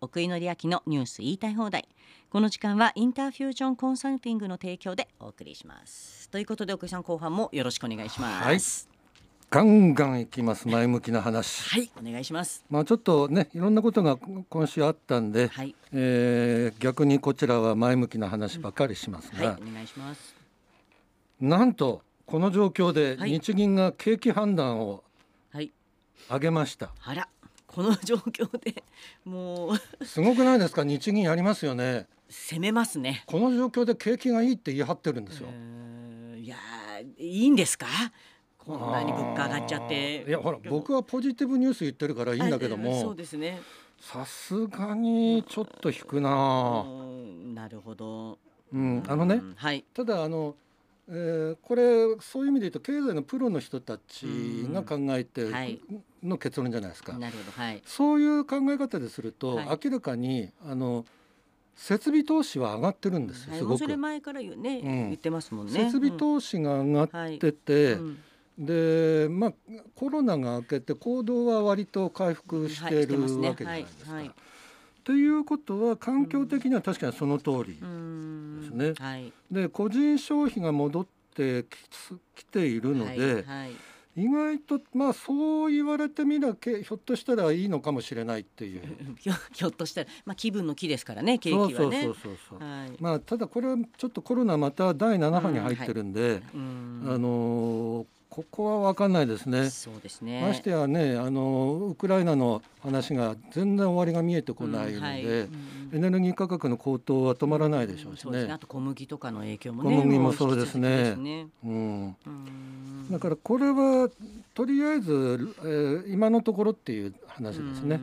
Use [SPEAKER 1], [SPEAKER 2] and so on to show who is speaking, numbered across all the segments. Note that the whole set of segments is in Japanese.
[SPEAKER 1] 奥井紀明のニュース言いたい放題この時間はインターフュージョンコンサルティングの提供でお送りしますということで奥井さん後半もよろしくお願いします
[SPEAKER 2] はいガンガンいきます前向きな話
[SPEAKER 1] はいお願いします
[SPEAKER 2] まあちょっとねいろんなことが今週あったんで、
[SPEAKER 1] はい
[SPEAKER 2] えー逆にこちらは前向きな話ばかりします
[SPEAKER 1] はい
[SPEAKER 2] が、
[SPEAKER 1] お願いします
[SPEAKER 2] なんとこの状況で
[SPEAKER 1] はい
[SPEAKER 2] 日銀が景気判断を
[SPEAKER 1] はい
[SPEAKER 2] 上げました、
[SPEAKER 1] あらこの状況でもう
[SPEAKER 2] すごくないですか日銀やりますよね
[SPEAKER 1] 攻めますね
[SPEAKER 2] この状況で景気がいいって言い張ってるんです
[SPEAKER 1] う
[SPEAKER 2] よ、
[SPEAKER 1] ーんいやーいいんですかこんなに物価上がっちゃって
[SPEAKER 2] あーいやほら僕はポジティブニュース言ってるからいいんだけど
[SPEAKER 1] あそう
[SPEAKER 2] も
[SPEAKER 1] ですね
[SPEAKER 2] さすがにちょっと引くなあ、
[SPEAKER 1] うんなるほど
[SPEAKER 2] うん、あのね
[SPEAKER 1] うんはい
[SPEAKER 2] ただあの、えーこれそういう意味で言うと経済のプロの人たちが考えて
[SPEAKER 1] うんはい
[SPEAKER 2] の結論じゃないですか、
[SPEAKER 1] なるほどはい
[SPEAKER 2] そういう考え方ですると、
[SPEAKER 1] はい
[SPEAKER 2] 明らかにあの設備投資は上がってるんですよ、
[SPEAKER 1] はい
[SPEAKER 2] す
[SPEAKER 1] もう
[SPEAKER 2] ご
[SPEAKER 1] そ
[SPEAKER 2] く、
[SPEAKER 1] れ前から言,、ね
[SPEAKER 2] ん
[SPEAKER 1] 言ってますもんね
[SPEAKER 2] 設備投資が上がってて、
[SPEAKER 1] うん
[SPEAKER 2] でまあコロナが明けて行動は割と回復してるわけじゃないですか。と、
[SPEAKER 1] はい
[SPEAKER 2] い
[SPEAKER 1] してますねはいはいう
[SPEAKER 2] ことは環境的には確かにその通り、
[SPEAKER 1] うん
[SPEAKER 2] ですね
[SPEAKER 1] はい
[SPEAKER 2] で個人消費が戻ってきつきているので、
[SPEAKER 1] はいはい
[SPEAKER 2] 意外とまあそう言われてみればけひょっとしたらいいのかもしれないっていう。
[SPEAKER 1] ひょひょっとしたら、まあ、気分の気ですからね景気
[SPEAKER 2] そ
[SPEAKER 1] は
[SPEAKER 2] う
[SPEAKER 1] ね
[SPEAKER 2] そうそうそうそう。
[SPEAKER 1] はい、
[SPEAKER 2] まあただこれはちょっとコロナまた第7波に入ってるんで、
[SPEAKER 1] うん
[SPEAKER 2] あのーここは分かんないですね。
[SPEAKER 1] そうですね
[SPEAKER 2] ましてやねあのーウクライナの話が全然終わりが見えてこないので、エネルギー価格の高騰は止まらないでしょうし
[SPEAKER 1] そうですね
[SPEAKER 2] ね
[SPEAKER 1] あ。と小麦とかの影響もね
[SPEAKER 2] 小麦もそうですね
[SPEAKER 1] もう引き続きですね
[SPEAKER 2] うん。
[SPEAKER 1] うん
[SPEAKER 2] だからこれはとりあえず、えー今のところっていう話です
[SPEAKER 1] う
[SPEAKER 2] ね。
[SPEAKER 1] ん
[SPEAKER 2] う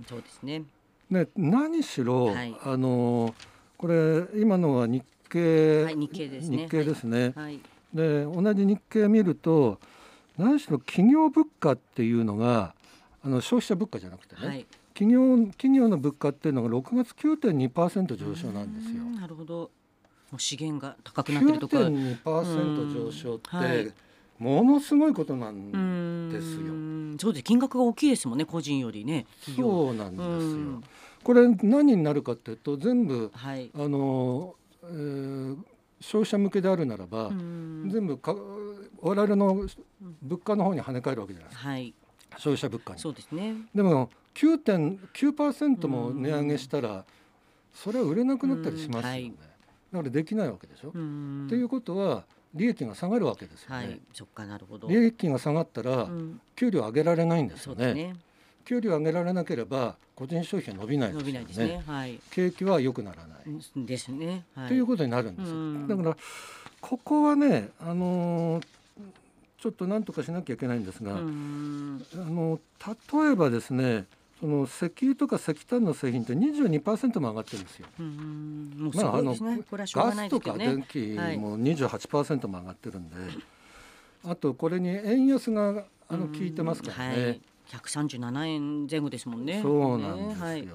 [SPEAKER 2] ん
[SPEAKER 1] そうですね
[SPEAKER 2] ね何しろ、
[SPEAKER 1] はい
[SPEAKER 2] あのこれ今のは日経、
[SPEAKER 1] はい日経ですね
[SPEAKER 2] 日経ですね
[SPEAKER 1] はい
[SPEAKER 2] で同じ日経見ると何しろ企業物価っていうのがあの消費者物価じゃなくてね、
[SPEAKER 1] はい
[SPEAKER 2] 企業企業の物価っていうのが6月9.2%上昇なんですよ
[SPEAKER 1] う。なるほどもう資源が高くなってるとか
[SPEAKER 2] 9.2%上昇って、
[SPEAKER 1] うんはい
[SPEAKER 2] ものすごいことなんですよ。
[SPEAKER 1] んそうです金額が大きいですもんね個人よりね企業
[SPEAKER 2] そうなんですよ。
[SPEAKER 1] うん
[SPEAKER 2] これ何になるかっていうと全部
[SPEAKER 1] はい
[SPEAKER 2] あの、えー消費者向けであるならば、
[SPEAKER 1] うん
[SPEAKER 2] 全部か我々の物価の方に跳ね返るわけじゃないですか
[SPEAKER 1] はい
[SPEAKER 2] 消費者物価に
[SPEAKER 1] そうですね
[SPEAKER 2] でも9.9%も値上げしたらそれは売れなくなったりします
[SPEAKER 1] うん
[SPEAKER 2] よね、
[SPEAKER 1] はい
[SPEAKER 2] だからできないわけでしょ、
[SPEAKER 1] うん
[SPEAKER 2] っていうことは利益が下がるわけですよ
[SPEAKER 1] は
[SPEAKER 2] ね、
[SPEAKER 1] いそっかなるほど
[SPEAKER 2] 利益が下がったら
[SPEAKER 1] うん
[SPEAKER 2] 給料上げられないんです
[SPEAKER 1] そ
[SPEAKER 2] よ
[SPEAKER 1] う
[SPEAKER 2] ね,、
[SPEAKER 1] ですね
[SPEAKER 2] 給料上げられなければ個人消費は伸びないです
[SPEAKER 1] 伸び
[SPEAKER 2] よね
[SPEAKER 1] ないですねはい
[SPEAKER 2] 景気は良くならない、
[SPEAKER 1] うんですねは
[SPEAKER 2] ということになるんですよ、
[SPEAKER 1] うん
[SPEAKER 2] だからここはねあのーちょっと何とかしなきゃいけないんですが、
[SPEAKER 1] うん
[SPEAKER 2] あの例えばですねその石油とか石炭の製品って22%も上がってるんですよ。
[SPEAKER 1] うんもうす
[SPEAKER 2] まあ
[SPEAKER 1] ごいです
[SPEAKER 2] あ
[SPEAKER 1] ね
[SPEAKER 2] の
[SPEAKER 1] これはしょう
[SPEAKER 2] ガ
[SPEAKER 1] がない
[SPEAKER 2] ス
[SPEAKER 1] で
[SPEAKER 2] と
[SPEAKER 1] すけ
[SPEAKER 2] か
[SPEAKER 1] どね
[SPEAKER 2] 電気
[SPEAKER 1] はい
[SPEAKER 2] も28%も上がってるんで、あとこれに円安があの
[SPEAKER 1] うん
[SPEAKER 2] 効いてますからね、
[SPEAKER 1] はい、137円前後ですもんね。
[SPEAKER 2] そうなんですよ、
[SPEAKER 1] ねはい、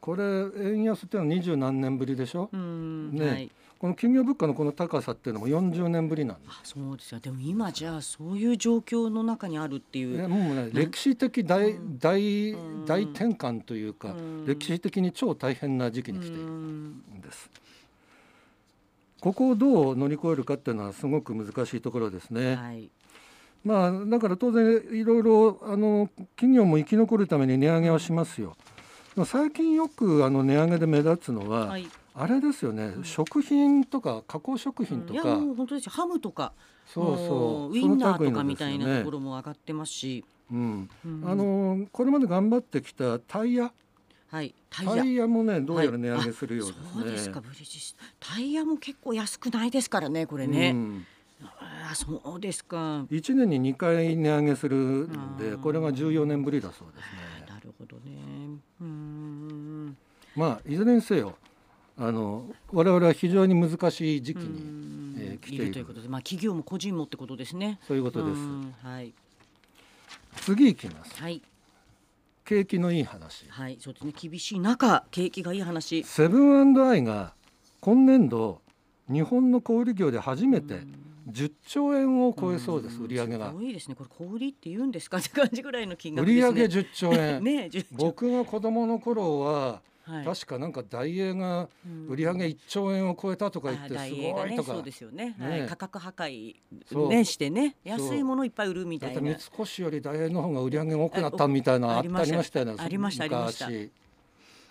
[SPEAKER 2] これ円安っていうのは二十何年ぶりでしょ、
[SPEAKER 1] うん、
[SPEAKER 2] ね
[SPEAKER 1] はい。
[SPEAKER 2] この企業物価のこの高さっていうのも40年ぶりなんです
[SPEAKER 1] あ、そうですよ。でも今じゃあそういう状況の中にあるっていう。
[SPEAKER 2] ねもうね歴史的大大
[SPEAKER 1] うん
[SPEAKER 2] 大転換という
[SPEAKER 1] う
[SPEAKER 2] か
[SPEAKER 1] ん
[SPEAKER 2] 歴史的に超大変な時期に来ている
[SPEAKER 1] うん
[SPEAKER 2] んです。ここをどう乗り越えるかっていうのはすごく難しいところですね。
[SPEAKER 1] はい。
[SPEAKER 2] まあだから当然いろいろあの企業も生き残るために値上げはしますよ。でも最近よくあの値上げで目立つのは、
[SPEAKER 1] はい。
[SPEAKER 2] あれですよね、食品とか加工食品と
[SPEAKER 1] いや
[SPEAKER 2] か、
[SPEAKER 1] もう本当ですよ。ハムとか、
[SPEAKER 2] そう
[SPEAKER 1] も
[SPEAKER 2] そうう
[SPEAKER 1] ウインナー
[SPEAKER 2] その類
[SPEAKER 1] と
[SPEAKER 2] の
[SPEAKER 1] かみ
[SPEAKER 2] です
[SPEAKER 1] た
[SPEAKER 2] よ
[SPEAKER 1] い
[SPEAKER 2] ね
[SPEAKER 1] なところも上がってますし。
[SPEAKER 2] うん、
[SPEAKER 1] うん
[SPEAKER 2] あのこれまで頑張ってきたタイヤ
[SPEAKER 1] はい。タイヤ。
[SPEAKER 2] タイヤもねどうやら値上
[SPEAKER 1] はい
[SPEAKER 2] げするようですね。
[SPEAKER 1] あそうですか。ブリヂスタイヤも結構安くないですからね。これね。
[SPEAKER 2] うん
[SPEAKER 1] ああ、そうですか。
[SPEAKER 2] 1年に2回値上げするんで
[SPEAKER 1] うん
[SPEAKER 2] これが14年ぶりだそうですね。
[SPEAKER 1] なるほどね。うん。
[SPEAKER 2] まあいずれにせよあの我々は非常に難しい時期
[SPEAKER 1] う
[SPEAKER 2] に
[SPEAKER 1] ん
[SPEAKER 2] えー来てい
[SPEAKER 1] い
[SPEAKER 2] る
[SPEAKER 1] るということで、まあ企業も個人もってことですね。
[SPEAKER 2] そういうことです。
[SPEAKER 1] うんはい、
[SPEAKER 2] 次いきます
[SPEAKER 1] はい、
[SPEAKER 2] 景気のいい話
[SPEAKER 1] はい、そうですね。厳しい中、景気がいい話。
[SPEAKER 2] セブンアイが今年度日本の小売業で初め
[SPEAKER 1] う
[SPEAKER 2] て
[SPEAKER 1] ん
[SPEAKER 2] 10兆円を超えそうです、売り上げが
[SPEAKER 1] す。ごいですね。これ小売りって言うんですかって感じぐらいの金
[SPEAKER 2] 売
[SPEAKER 1] 額
[SPEAKER 2] り
[SPEAKER 1] です
[SPEAKER 2] 上
[SPEAKER 1] ね。
[SPEAKER 2] げ10兆円。
[SPEAKER 1] ねえ、十兆。
[SPEAKER 2] 僕が子供の頃は、
[SPEAKER 1] はい
[SPEAKER 2] 確かなんか大英が売り上げ1兆円を超えたとか言って
[SPEAKER 1] あ
[SPEAKER 2] す
[SPEAKER 1] 大映が
[SPEAKER 2] ごい
[SPEAKER 1] ね、
[SPEAKER 2] と
[SPEAKER 1] そう
[SPEAKER 2] か
[SPEAKER 1] ですよね。はい
[SPEAKER 2] ねえ
[SPEAKER 1] 価格破壊
[SPEAKER 2] そう
[SPEAKER 1] ねしてね、
[SPEAKER 2] そう
[SPEAKER 1] 安いものいっぱい売るみた
[SPEAKER 2] だっ
[SPEAKER 1] い
[SPEAKER 2] て
[SPEAKER 1] な
[SPEAKER 2] 三。越より大英の方が売り上げが多くなったみたいなのあ
[SPEAKER 1] あ
[SPEAKER 2] っ
[SPEAKER 1] あり
[SPEAKER 2] たあ
[SPEAKER 1] ま
[SPEAKER 2] り
[SPEAKER 1] した
[SPEAKER 2] ましたよね
[SPEAKER 1] ありましたありました
[SPEAKER 2] 昔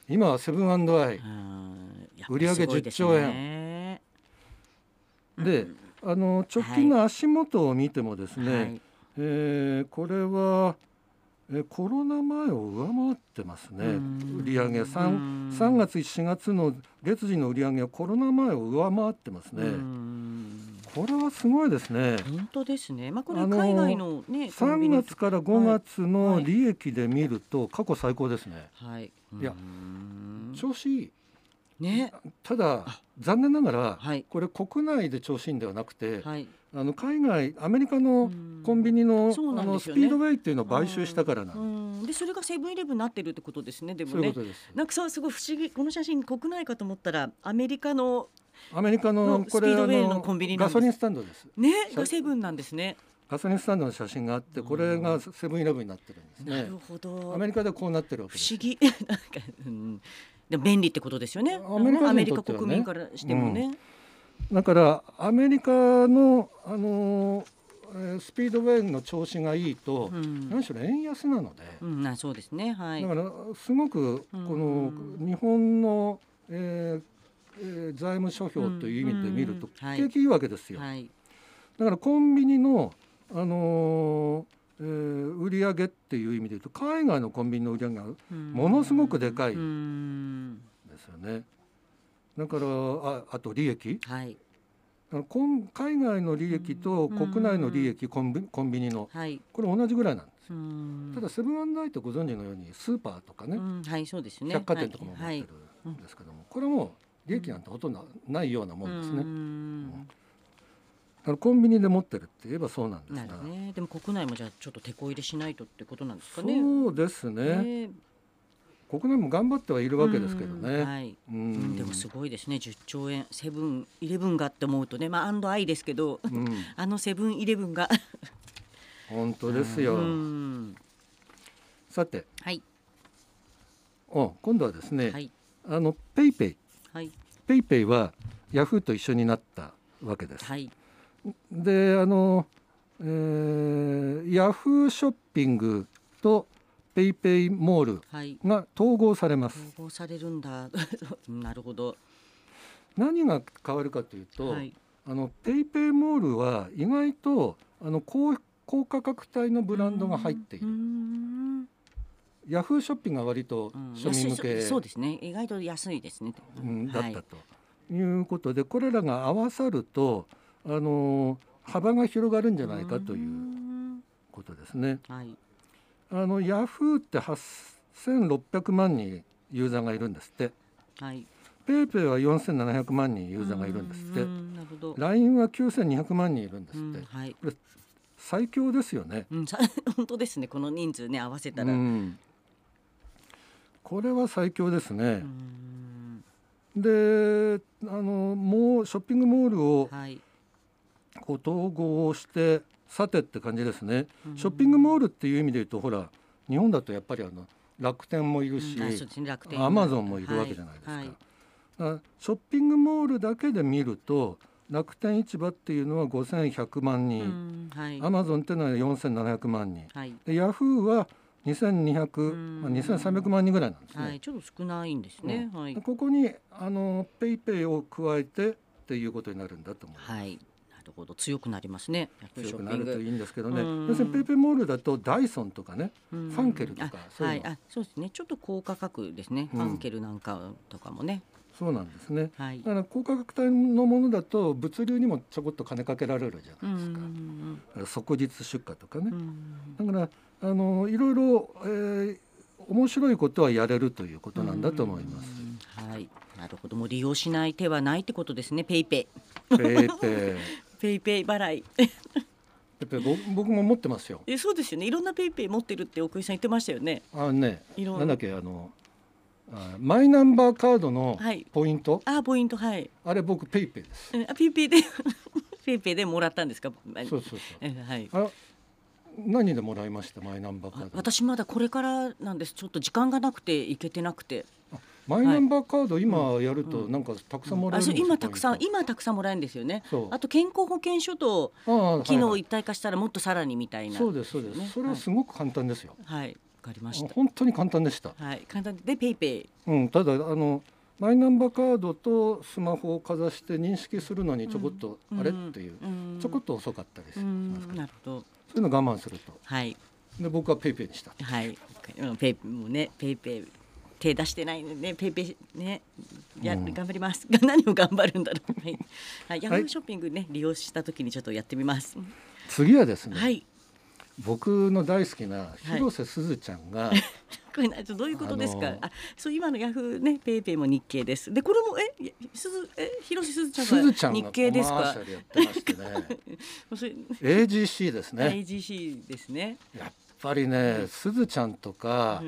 [SPEAKER 2] 今はセブンアイ
[SPEAKER 1] うんやっぱ
[SPEAKER 2] 売
[SPEAKER 1] り
[SPEAKER 2] り上げ
[SPEAKER 1] すごいですね
[SPEAKER 2] 10兆円であの直近の足元を見てもですね、
[SPEAKER 1] はい
[SPEAKER 2] えーこれはえーコロナ前を上回ってますね
[SPEAKER 1] うん
[SPEAKER 2] 売り上げ
[SPEAKER 1] う
[SPEAKER 2] 3,
[SPEAKER 1] ん
[SPEAKER 2] 3月4月の月次の売り上げはコロナ前を上回ってますね、
[SPEAKER 1] うん
[SPEAKER 2] これはすごいですね
[SPEAKER 1] 本当ですね。まあこれ
[SPEAKER 2] あのー
[SPEAKER 1] 海外のね、コンビ
[SPEAKER 2] 3
[SPEAKER 1] ニ
[SPEAKER 2] 月から5月の
[SPEAKER 1] はい
[SPEAKER 2] 利益で見ると過去最高ですね
[SPEAKER 1] はい。
[SPEAKER 2] い
[SPEAKER 1] う
[SPEAKER 2] や
[SPEAKER 1] ん
[SPEAKER 2] 調子いい
[SPEAKER 1] ね、
[SPEAKER 2] ただ残念ながら、
[SPEAKER 1] はい
[SPEAKER 2] これ国内で調子いいんではなくて、
[SPEAKER 1] はい。
[SPEAKER 2] あの海外アメリカのコンビ
[SPEAKER 1] ニ
[SPEAKER 2] ニの,、
[SPEAKER 1] そうな
[SPEAKER 2] あ
[SPEAKER 1] ん
[SPEAKER 2] の
[SPEAKER 1] です
[SPEAKER 2] ス
[SPEAKER 1] よ
[SPEAKER 2] ピ
[SPEAKER 1] ね
[SPEAKER 2] ードウェイっていうのを買収したからなん
[SPEAKER 1] ん。
[SPEAKER 2] です
[SPEAKER 1] でそれがセブンイレブンになってるってことですね。でも
[SPEAKER 2] そういう
[SPEAKER 1] ね
[SPEAKER 2] こ。とです
[SPEAKER 1] なんかそうすごい不思議この写真国内かと思ったらアメリカの
[SPEAKER 2] アメリカの
[SPEAKER 1] の
[SPEAKER 2] こ
[SPEAKER 1] スピー
[SPEAKER 2] れあ
[SPEAKER 1] ドウェイの
[SPEAKER 2] の
[SPEAKER 1] コンビニなん
[SPEAKER 2] ガ
[SPEAKER 1] です
[SPEAKER 2] ソリンスタンドです
[SPEAKER 1] ね
[SPEAKER 2] そう
[SPEAKER 1] がセブンなんですね。
[SPEAKER 2] ガソリンスタンドの写真があってこれがセブンイレブンになってるんです
[SPEAKER 1] な
[SPEAKER 2] ね
[SPEAKER 1] るほ
[SPEAKER 2] ア
[SPEAKER 1] ど。
[SPEAKER 2] メリカでこうなってるわけ
[SPEAKER 1] 不
[SPEAKER 2] です
[SPEAKER 1] 思議 なんか、うん、でも便利ってことですよね。
[SPEAKER 2] アメリカ人にとってはね
[SPEAKER 1] アメリカ国民からしてもね。
[SPEAKER 2] だからアメリカのあの、えースピードウェイの調子がいいと、
[SPEAKER 1] うん
[SPEAKER 2] 何しろ円安なので、
[SPEAKER 1] うん、あそうですね。はい
[SPEAKER 2] だ。からすごくこの
[SPEAKER 1] うん
[SPEAKER 2] 日本の、えーえー財務諸表という意味で見ると
[SPEAKER 1] うんうん
[SPEAKER 2] 景気いいわけですよ。
[SPEAKER 1] はい。
[SPEAKER 2] だからコンビニのあのーえー売り上げっていう意味で言うと海外のコンビニの売り上げがも
[SPEAKER 1] も
[SPEAKER 2] のすごくでかい
[SPEAKER 1] うん。
[SPEAKER 2] ですよね。だからああと利益
[SPEAKER 1] はい。
[SPEAKER 2] あのこん海外の利益と
[SPEAKER 1] うん
[SPEAKER 2] 国内の利益コンビコンビニの
[SPEAKER 1] はい。
[SPEAKER 2] これ同じぐらいなんです。
[SPEAKER 1] うん
[SPEAKER 2] ただセブンアイってご存知のようにスーパーとかね
[SPEAKER 1] うん、はい、そうですね。
[SPEAKER 2] 百貨店とかも持っ
[SPEAKER 1] はい
[SPEAKER 2] てるんですけども、これも利益なんてほとんどないようなもんですね。
[SPEAKER 1] うーん
[SPEAKER 2] あのコンビニで持ってるって言えばそうなんです
[SPEAKER 1] なる
[SPEAKER 2] が、
[SPEAKER 1] ほどね。でも国内もじゃあちょっと手こ入れしないとってことなんですかね。
[SPEAKER 2] そうですね
[SPEAKER 1] ね
[SPEAKER 2] 国内も頑張ってはいるわけですけど
[SPEAKER 1] うん
[SPEAKER 2] ね。
[SPEAKER 1] はい。
[SPEAKER 2] う
[SPEAKER 1] うん
[SPEAKER 2] ん
[SPEAKER 1] でもすごいですね。10兆円、セブンイレブンがって思うとね、まあアンドアイですけど、
[SPEAKER 2] うん
[SPEAKER 1] あのセブンイレブンが。
[SPEAKER 2] 本当ですよ。
[SPEAKER 1] うん
[SPEAKER 2] さて、
[SPEAKER 1] はい
[SPEAKER 2] お今度はですね、
[SPEAKER 1] はい
[SPEAKER 2] あのペイペイ
[SPEAKER 1] はい
[SPEAKER 2] ペイペイはヤフーと一緒になったわけです。
[SPEAKER 1] はい
[SPEAKER 2] であの、えー、ヤフーショッピングとペイペイモール
[SPEAKER 1] はい。
[SPEAKER 2] が統合されます。
[SPEAKER 1] 統合されるんだ。 なるほど。
[SPEAKER 2] 何が変わるかというと、
[SPEAKER 1] はい。
[SPEAKER 2] あのペイペイモールは意外とあの高高価格帯のブランドが入っていうる。
[SPEAKER 1] ん
[SPEAKER 2] ヤフーショッピングは割と
[SPEAKER 1] うん
[SPEAKER 2] 庶民向
[SPEAKER 1] 安い
[SPEAKER 2] け
[SPEAKER 1] そうそうですね。意外と安いですね。
[SPEAKER 2] うんだ
[SPEAKER 1] は
[SPEAKER 2] っ
[SPEAKER 1] い
[SPEAKER 2] たということで、これらが合わさるとあの幅が広がるんじゃないかと
[SPEAKER 1] ー
[SPEAKER 2] いうんことですね。
[SPEAKER 1] はい。
[SPEAKER 2] あのヤフーって8600万人ユーザーがいるんですって。
[SPEAKER 1] はい。
[SPEAKER 2] ペイペイは4700万人ユーザーがいるんです
[SPEAKER 1] う
[SPEAKER 2] って。
[SPEAKER 1] んなるほど。
[SPEAKER 2] LINE は9200万人いるんです
[SPEAKER 1] うん
[SPEAKER 2] って。
[SPEAKER 1] はい。
[SPEAKER 2] 最強ですよね。
[SPEAKER 1] うん、さ 本当ですね。この人数ね合わせたら。
[SPEAKER 2] う
[SPEAKER 1] うん
[SPEAKER 2] んこれは最強ですね、であのもうショッピングモールを
[SPEAKER 1] はい。
[SPEAKER 2] こう統合してさてって感じですね、
[SPEAKER 1] うん
[SPEAKER 2] ショッピングモールっていう意味で言うとほら日本だとやっぱりあの楽天もいるし、
[SPEAKER 1] うんあそうですね楽天。
[SPEAKER 2] アマゾンもいるわけじゃないですか,、
[SPEAKER 1] はいはい
[SPEAKER 2] ショッピングモールだけで見ると楽天市場っていうのは5100万
[SPEAKER 1] う
[SPEAKER 2] 人、
[SPEAKER 1] んはい。
[SPEAKER 2] アマゾンっていうのは4700万人
[SPEAKER 1] はい。
[SPEAKER 2] でヤフーは2200、
[SPEAKER 1] ん
[SPEAKER 2] まあ、2300万人ぐらいなんですね、
[SPEAKER 1] はい。ちょっと少ないんですね。はい。
[SPEAKER 2] ここにあのペイペイを加えてっていうことになるんだと思う。
[SPEAKER 1] はい。なるほど。強くなりますね。ヤフーシ
[SPEAKER 2] 強
[SPEAKER 1] ョ
[SPEAKER 2] く
[SPEAKER 1] ッ
[SPEAKER 2] な
[SPEAKER 1] ピン
[SPEAKER 2] ると
[SPEAKER 1] グ。
[SPEAKER 2] いいんですけどね
[SPEAKER 1] うん。
[SPEAKER 2] 要するにペイペイモールだとダイソンとかね、
[SPEAKER 1] フ
[SPEAKER 2] ファンケルとかそう
[SPEAKER 1] は
[SPEAKER 2] いう
[SPEAKER 1] い。
[SPEAKER 2] の
[SPEAKER 1] あ、そうですね。ちょっと高価格ですね。
[SPEAKER 2] うん
[SPEAKER 1] ファンケルなんかとかもね。
[SPEAKER 2] そうなんですね。
[SPEAKER 1] はい
[SPEAKER 2] だ。から高価格帯のものだと物流にもちょこっと金かけられるじゃ
[SPEAKER 1] う
[SPEAKER 2] ないですか。
[SPEAKER 1] ん。
[SPEAKER 2] 即日出荷とか
[SPEAKER 1] う
[SPEAKER 2] ね。
[SPEAKER 1] ん
[SPEAKER 2] だからあのいろいろ、えー面白いことはやれるということなんだと思います。
[SPEAKER 1] うんはい。なるほど。もう利用しない手はないってことですね。ペイペイ。
[SPEAKER 2] ペイペイ
[SPEAKER 1] ペイペイ払い。
[SPEAKER 2] ペイペイ僕僕も持ってますよ。
[SPEAKER 1] えそうですよねいろんなペイペイ持ってるって奥井さん言ってましたよね
[SPEAKER 2] あのね、
[SPEAKER 1] いろん
[SPEAKER 2] なんだっけあのあマイナンバーカードの
[SPEAKER 1] はい
[SPEAKER 2] ポイント、
[SPEAKER 1] あポイントはい
[SPEAKER 2] あれ僕ペイペイです。
[SPEAKER 1] うんあペイペイで ペイペイでもらったんですか。
[SPEAKER 2] そうそうそう
[SPEAKER 1] えはい。
[SPEAKER 2] あ何でもらいましたマイナンバーカ
[SPEAKER 1] あ
[SPEAKER 2] ード
[SPEAKER 1] 私まだこれからなんです。ちょっと時間がなくて行けてなくて。
[SPEAKER 2] マイナンバーカード今やるとなんかたくさんもらえ
[SPEAKER 1] あ、
[SPEAKER 2] るん
[SPEAKER 1] そう
[SPEAKER 2] ですよ
[SPEAKER 1] 今たくさん
[SPEAKER 2] ポイン
[SPEAKER 1] 今たくさんもらえるんですよね
[SPEAKER 2] そう。
[SPEAKER 1] あと健康保険証と
[SPEAKER 2] トああ
[SPEAKER 1] 機能
[SPEAKER 2] はい
[SPEAKER 1] 一体化したらもっとさらにみたい
[SPEAKER 2] はい
[SPEAKER 1] な。
[SPEAKER 2] そうですそうです
[SPEAKER 1] ね
[SPEAKER 2] それはすごく簡単ですよ
[SPEAKER 1] はい。わかりました。
[SPEAKER 2] 本当に簡単でした
[SPEAKER 1] はい。簡単でペイペイ。
[SPEAKER 2] うんただあのマイナンバーカードとスマホをかざして認識するのにちょこっと
[SPEAKER 1] うん
[SPEAKER 2] あれっていう
[SPEAKER 1] うん
[SPEAKER 2] ちょこっと遅かったりし
[SPEAKER 1] うん
[SPEAKER 2] ますから
[SPEAKER 1] なるほど。
[SPEAKER 2] そういうの我慢すると
[SPEAKER 1] はい。
[SPEAKER 2] で僕はペイペイにした
[SPEAKER 1] はい。うんペイもうね、ペイペイ手出してないのでね、ペイペイね、や、
[SPEAKER 2] うん
[SPEAKER 1] 頑張ります。 何を頑張るんだろう。はい。はい、ヤフ
[SPEAKER 2] は
[SPEAKER 1] ー
[SPEAKER 2] い
[SPEAKER 1] ショッピングね、利用した時にちょっとやってみます。
[SPEAKER 2] 次はですね、
[SPEAKER 1] はい。
[SPEAKER 2] 僕の大好きな広瀬すずちゃ んが、
[SPEAKER 1] これなどういうことですか。あ
[SPEAKER 2] あのー
[SPEAKER 1] そう今のヤフーね、ペイペイも日経です。で、これもえ、すずえ広瀬すずちゃ
[SPEAKER 2] すずちゃ
[SPEAKER 1] んが
[SPEAKER 2] んが
[SPEAKER 1] 日
[SPEAKER 2] コマ
[SPEAKER 1] 経です
[SPEAKER 2] ー
[SPEAKER 1] か
[SPEAKER 2] シ。ャルやってま してね
[SPEAKER 1] それ
[SPEAKER 2] AGC ですね
[SPEAKER 1] IGC ですね。
[SPEAKER 2] やっぱりねすずちゃんと
[SPEAKER 1] うんう
[SPEAKER 2] か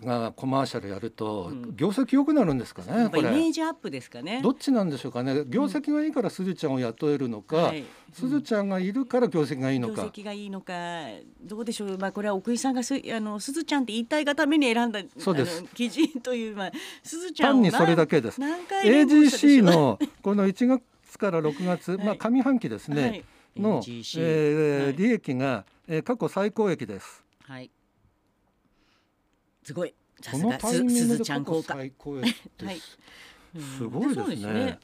[SPEAKER 1] ん。
[SPEAKER 2] がコマーシャルやると
[SPEAKER 1] うん
[SPEAKER 2] 業績良くなるんですか
[SPEAKER 1] や
[SPEAKER 2] ね
[SPEAKER 1] っぱ
[SPEAKER 2] こ
[SPEAKER 1] イメ
[SPEAKER 2] れ
[SPEAKER 1] ージアップですかね。
[SPEAKER 2] どっちなんでしょうかね業績がいいからすずちゃんを雇えるの
[SPEAKER 1] は
[SPEAKER 2] か
[SPEAKER 1] い
[SPEAKER 2] すずちゃんがいるから業績がいいの
[SPEAKER 1] 業
[SPEAKER 2] か
[SPEAKER 1] 績がいいのかどうでしょう、まあ、これは奥井さんがすあのすずちゃんって言いたいがために選んだ
[SPEAKER 2] そうです
[SPEAKER 1] あの記事という、まあ、すずちゃんを
[SPEAKER 2] 単に
[SPEAKER 1] 何
[SPEAKER 2] それだけです
[SPEAKER 1] 何回連呼したでしょ
[SPEAKER 2] AGC のこの1月から6月
[SPEAKER 1] はい
[SPEAKER 2] まあ上半期です
[SPEAKER 1] は
[SPEAKER 2] ね
[SPEAKER 1] い
[SPEAKER 2] の
[SPEAKER 1] AGC は
[SPEAKER 2] え
[SPEAKER 1] い
[SPEAKER 2] ー利益がえー過去最高益です
[SPEAKER 1] はい、すごいさ
[SPEAKER 2] こ
[SPEAKER 1] す
[SPEAKER 2] の
[SPEAKER 1] が
[SPEAKER 2] タ
[SPEAKER 1] す
[SPEAKER 2] イミング
[SPEAKER 1] すず
[SPEAKER 2] で
[SPEAKER 1] ちゃん
[SPEAKER 2] 過去
[SPEAKER 1] 効果、
[SPEAKER 2] 最高益です、
[SPEAKER 1] はいうん
[SPEAKER 2] すごいで
[SPEAKER 1] そう
[SPEAKER 2] すね。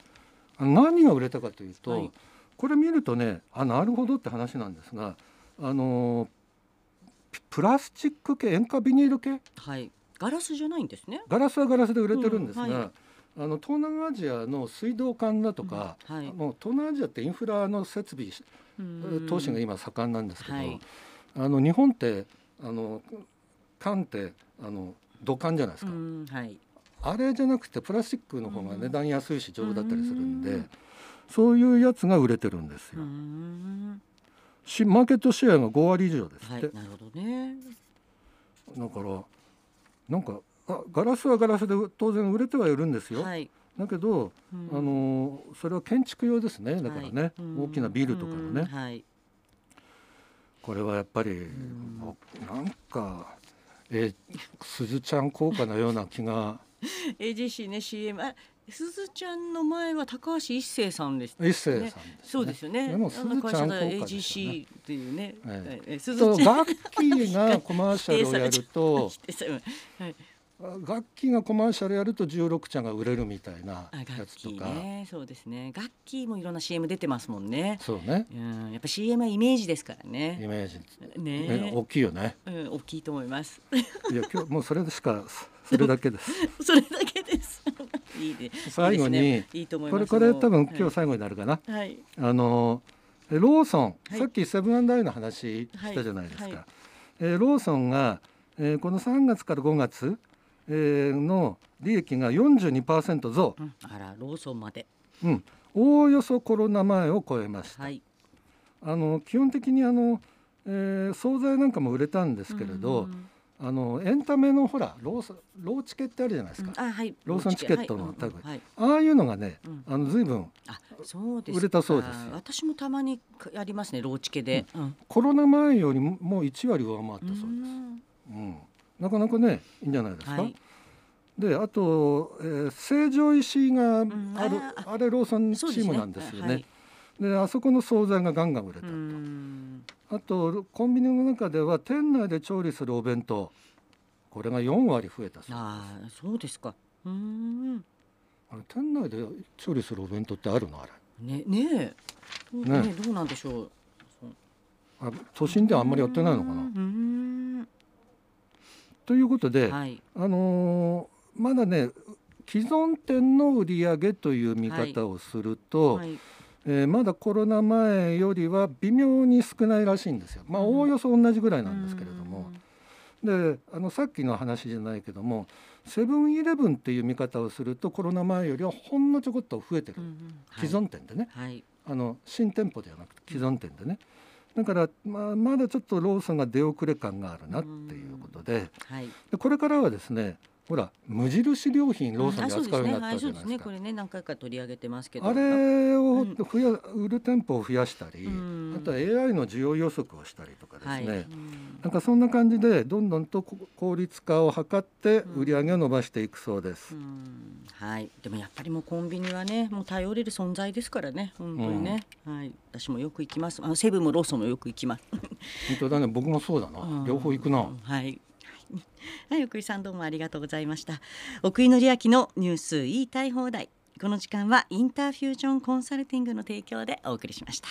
[SPEAKER 2] 何が売れたかというと、
[SPEAKER 1] はい
[SPEAKER 2] これ見るとねあなるほどって話なんですがあのーププラスチック系塩化ビニール系
[SPEAKER 1] はい、ガラスじゃないんですね
[SPEAKER 2] ガラスはガラスで売れてるんですが、
[SPEAKER 1] うんはい
[SPEAKER 2] あの東南アジアの水道管だとか、
[SPEAKER 1] うんはい
[SPEAKER 2] もう東南アジアってインフラの設備
[SPEAKER 1] うん
[SPEAKER 2] 投資が今盛んなんですけど、
[SPEAKER 1] はい
[SPEAKER 2] あの日本ってあの缶ってあの土管じゃないです
[SPEAKER 1] う
[SPEAKER 2] か、
[SPEAKER 1] んはい
[SPEAKER 2] あれじゃなくてプラスチックの方
[SPEAKER 1] う
[SPEAKER 2] が
[SPEAKER 1] ん
[SPEAKER 2] 値段安いし丈夫だったりするんで、
[SPEAKER 1] うん
[SPEAKER 2] そういうやつが売れてるんです
[SPEAKER 1] う
[SPEAKER 2] よ、
[SPEAKER 1] ん
[SPEAKER 2] しマーケットシェアが5割以上です
[SPEAKER 1] は
[SPEAKER 2] っ
[SPEAKER 1] い
[SPEAKER 2] て、
[SPEAKER 1] なるほどね
[SPEAKER 2] だからなんかあガラスはガラスで当然売れてはいるんですよ、
[SPEAKER 1] はい
[SPEAKER 2] だけど、
[SPEAKER 1] うん
[SPEAKER 2] あのーそれは建築用ですねだからね、
[SPEAKER 1] はいうん
[SPEAKER 2] 大きなビルとかのね、
[SPEAKER 1] うんはい
[SPEAKER 2] これはやっぱり、
[SPEAKER 1] ん
[SPEAKER 2] なんかえー、すずちゃん効果のような気が
[SPEAKER 1] AGC ね CM あすずちゃんの前は高橋一生さんでした
[SPEAKER 2] 一生さんです、ね
[SPEAKER 1] そうですよね
[SPEAKER 2] でも
[SPEAKER 1] あ
[SPEAKER 2] す
[SPEAKER 1] の
[SPEAKER 2] ず
[SPEAKER 1] 会
[SPEAKER 2] ちゃ
[SPEAKER 1] 社
[SPEAKER 2] ん
[SPEAKER 1] が
[SPEAKER 2] 効果ですよね
[SPEAKER 1] AGC っていうね
[SPEAKER 2] え
[SPEAKER 1] えすず
[SPEAKER 2] と
[SPEAKER 1] ちゃん
[SPEAKER 2] ガッキーがコマーシャルをやる と
[SPEAKER 1] 否定されはい
[SPEAKER 2] ガッキーがコマーシャルやると16ちゃんが売れるみたいな
[SPEAKER 1] あガ
[SPEAKER 2] や
[SPEAKER 1] ッ
[SPEAKER 2] つ
[SPEAKER 1] キ
[SPEAKER 2] と
[SPEAKER 1] ー
[SPEAKER 2] か、
[SPEAKER 1] ねそうですねガッキーもいろんな CM 出てますもんね
[SPEAKER 2] そうね
[SPEAKER 1] うんやっぱ CM はイメージですから
[SPEAKER 2] イ
[SPEAKER 1] ね
[SPEAKER 2] メージ、ね
[SPEAKER 1] ね
[SPEAKER 2] 大きいよね
[SPEAKER 1] うん大きいと思います
[SPEAKER 2] いや今日もうそれしかそれだけです
[SPEAKER 1] それだけです いいね
[SPEAKER 2] 最後に
[SPEAKER 1] いいですねいいと思い
[SPEAKER 2] こ
[SPEAKER 1] ま
[SPEAKER 2] れ
[SPEAKER 1] す
[SPEAKER 2] これ多分今日
[SPEAKER 1] 日
[SPEAKER 2] 最後になるかな、
[SPEAKER 1] はい
[SPEAKER 2] あのえローソン、
[SPEAKER 1] はい
[SPEAKER 2] さっきセブンアイの話したじゃないですか、
[SPEAKER 1] はいはい
[SPEAKER 2] えーローソンが、えーこの3月から5月、えーの利益が42%増、
[SPEAKER 1] うんあらローソンまで
[SPEAKER 2] うん、おおよそコロナ前を超えました、
[SPEAKER 1] はい
[SPEAKER 2] あの基本的にあの、えー惣菜なんかも売れたんですけれ
[SPEAKER 1] う
[SPEAKER 2] ど、
[SPEAKER 1] ん
[SPEAKER 2] あのエンタメのほらローソンローチケってあるじゃないですか、
[SPEAKER 1] あはい
[SPEAKER 2] ローソンチケットの
[SPEAKER 1] はいうんうん
[SPEAKER 2] 類
[SPEAKER 1] はい
[SPEAKER 2] ああいうのがね、
[SPEAKER 1] うん
[SPEAKER 2] あの随分
[SPEAKER 1] あそうですか
[SPEAKER 2] 売れたそうですよ
[SPEAKER 1] 私もたまにかやりますねローチケで、うん
[SPEAKER 2] コロナ前よりももう1割上回ったそうです、
[SPEAKER 1] うん
[SPEAKER 2] うん、なかなかねいいんじゃないですか、
[SPEAKER 1] はい
[SPEAKER 2] であと、えー、成城石井がある、
[SPEAKER 1] んあー
[SPEAKER 2] あれローソンチ
[SPEAKER 1] そうで
[SPEAKER 2] ー
[SPEAKER 1] す
[SPEAKER 2] ム
[SPEAKER 1] ね
[SPEAKER 2] なんですよね
[SPEAKER 1] はいはい
[SPEAKER 2] であそこの惣菜がガンガン売れた、
[SPEAKER 1] うん
[SPEAKER 2] あとコンビニの中では店内で調理するお弁当これが4割増えたそう
[SPEAKER 1] あーそうですかうん
[SPEAKER 2] あれ店内で調理するお弁当ってあるのあれ
[SPEAKER 1] ねねえ
[SPEAKER 2] ね
[SPEAKER 1] ねどうなんでしょう
[SPEAKER 2] あ都心ではあんまりやってないのか
[SPEAKER 1] う
[SPEAKER 2] なんということで、
[SPEAKER 1] はい
[SPEAKER 2] あのーまだね既存店の売り上げという見方をすると、
[SPEAKER 1] はい
[SPEAKER 2] えーまだコロナ前よりは微妙に少ないらしいんですよ。まあ
[SPEAKER 1] うん
[SPEAKER 2] おおよそ同じぐらいなんですけれども、であのさっきの話じゃないけどもセブンイレブンっていう見方をするとコロナ前よりはほんのちょこっと増えてる、
[SPEAKER 1] うんうん
[SPEAKER 2] 既存店でね
[SPEAKER 1] はい
[SPEAKER 2] あの新店舗ではなくて既存店でねだから、まあ、まだちょっとローソンが出遅れ感があるなっていうことで
[SPEAKER 1] はい
[SPEAKER 2] でこれからはですねほら無印良品ローソンで扱うようにな
[SPEAKER 1] は
[SPEAKER 2] った
[SPEAKER 1] い、
[SPEAKER 2] じ
[SPEAKER 1] そう
[SPEAKER 2] ゃな
[SPEAKER 1] で
[SPEAKER 2] い
[SPEAKER 1] す
[SPEAKER 2] で
[SPEAKER 1] ね。
[SPEAKER 2] す
[SPEAKER 1] こ
[SPEAKER 2] か。
[SPEAKER 1] れね、何回か取り上げてますけど。
[SPEAKER 2] あれを
[SPEAKER 1] うん
[SPEAKER 2] 増や、売る店舗を増やしたり、
[SPEAKER 1] うん
[SPEAKER 2] あとは AI の需要予測をしたりとかです
[SPEAKER 1] はい。
[SPEAKER 2] ね、
[SPEAKER 1] うん
[SPEAKER 2] なんかそんな感じでどんどんとこ効率化を図って
[SPEAKER 1] うん
[SPEAKER 2] 売り上げを伸ばしていくそうです
[SPEAKER 1] う。んはい、でもやっぱりもうコンビニはねもう頼れる存在ですからね本当にね、はい、私もよく行きますあのセブンもローソンもよく行きます
[SPEAKER 2] 本当だね僕もそうだな、
[SPEAKER 1] うん
[SPEAKER 2] 両方行くな。
[SPEAKER 1] はい。 はい、奥井さんどうもありがとうございました。奥井紀明のニュース言いたい放題。この時間はインターフュージョンコンサルティングの提供でお送りしました。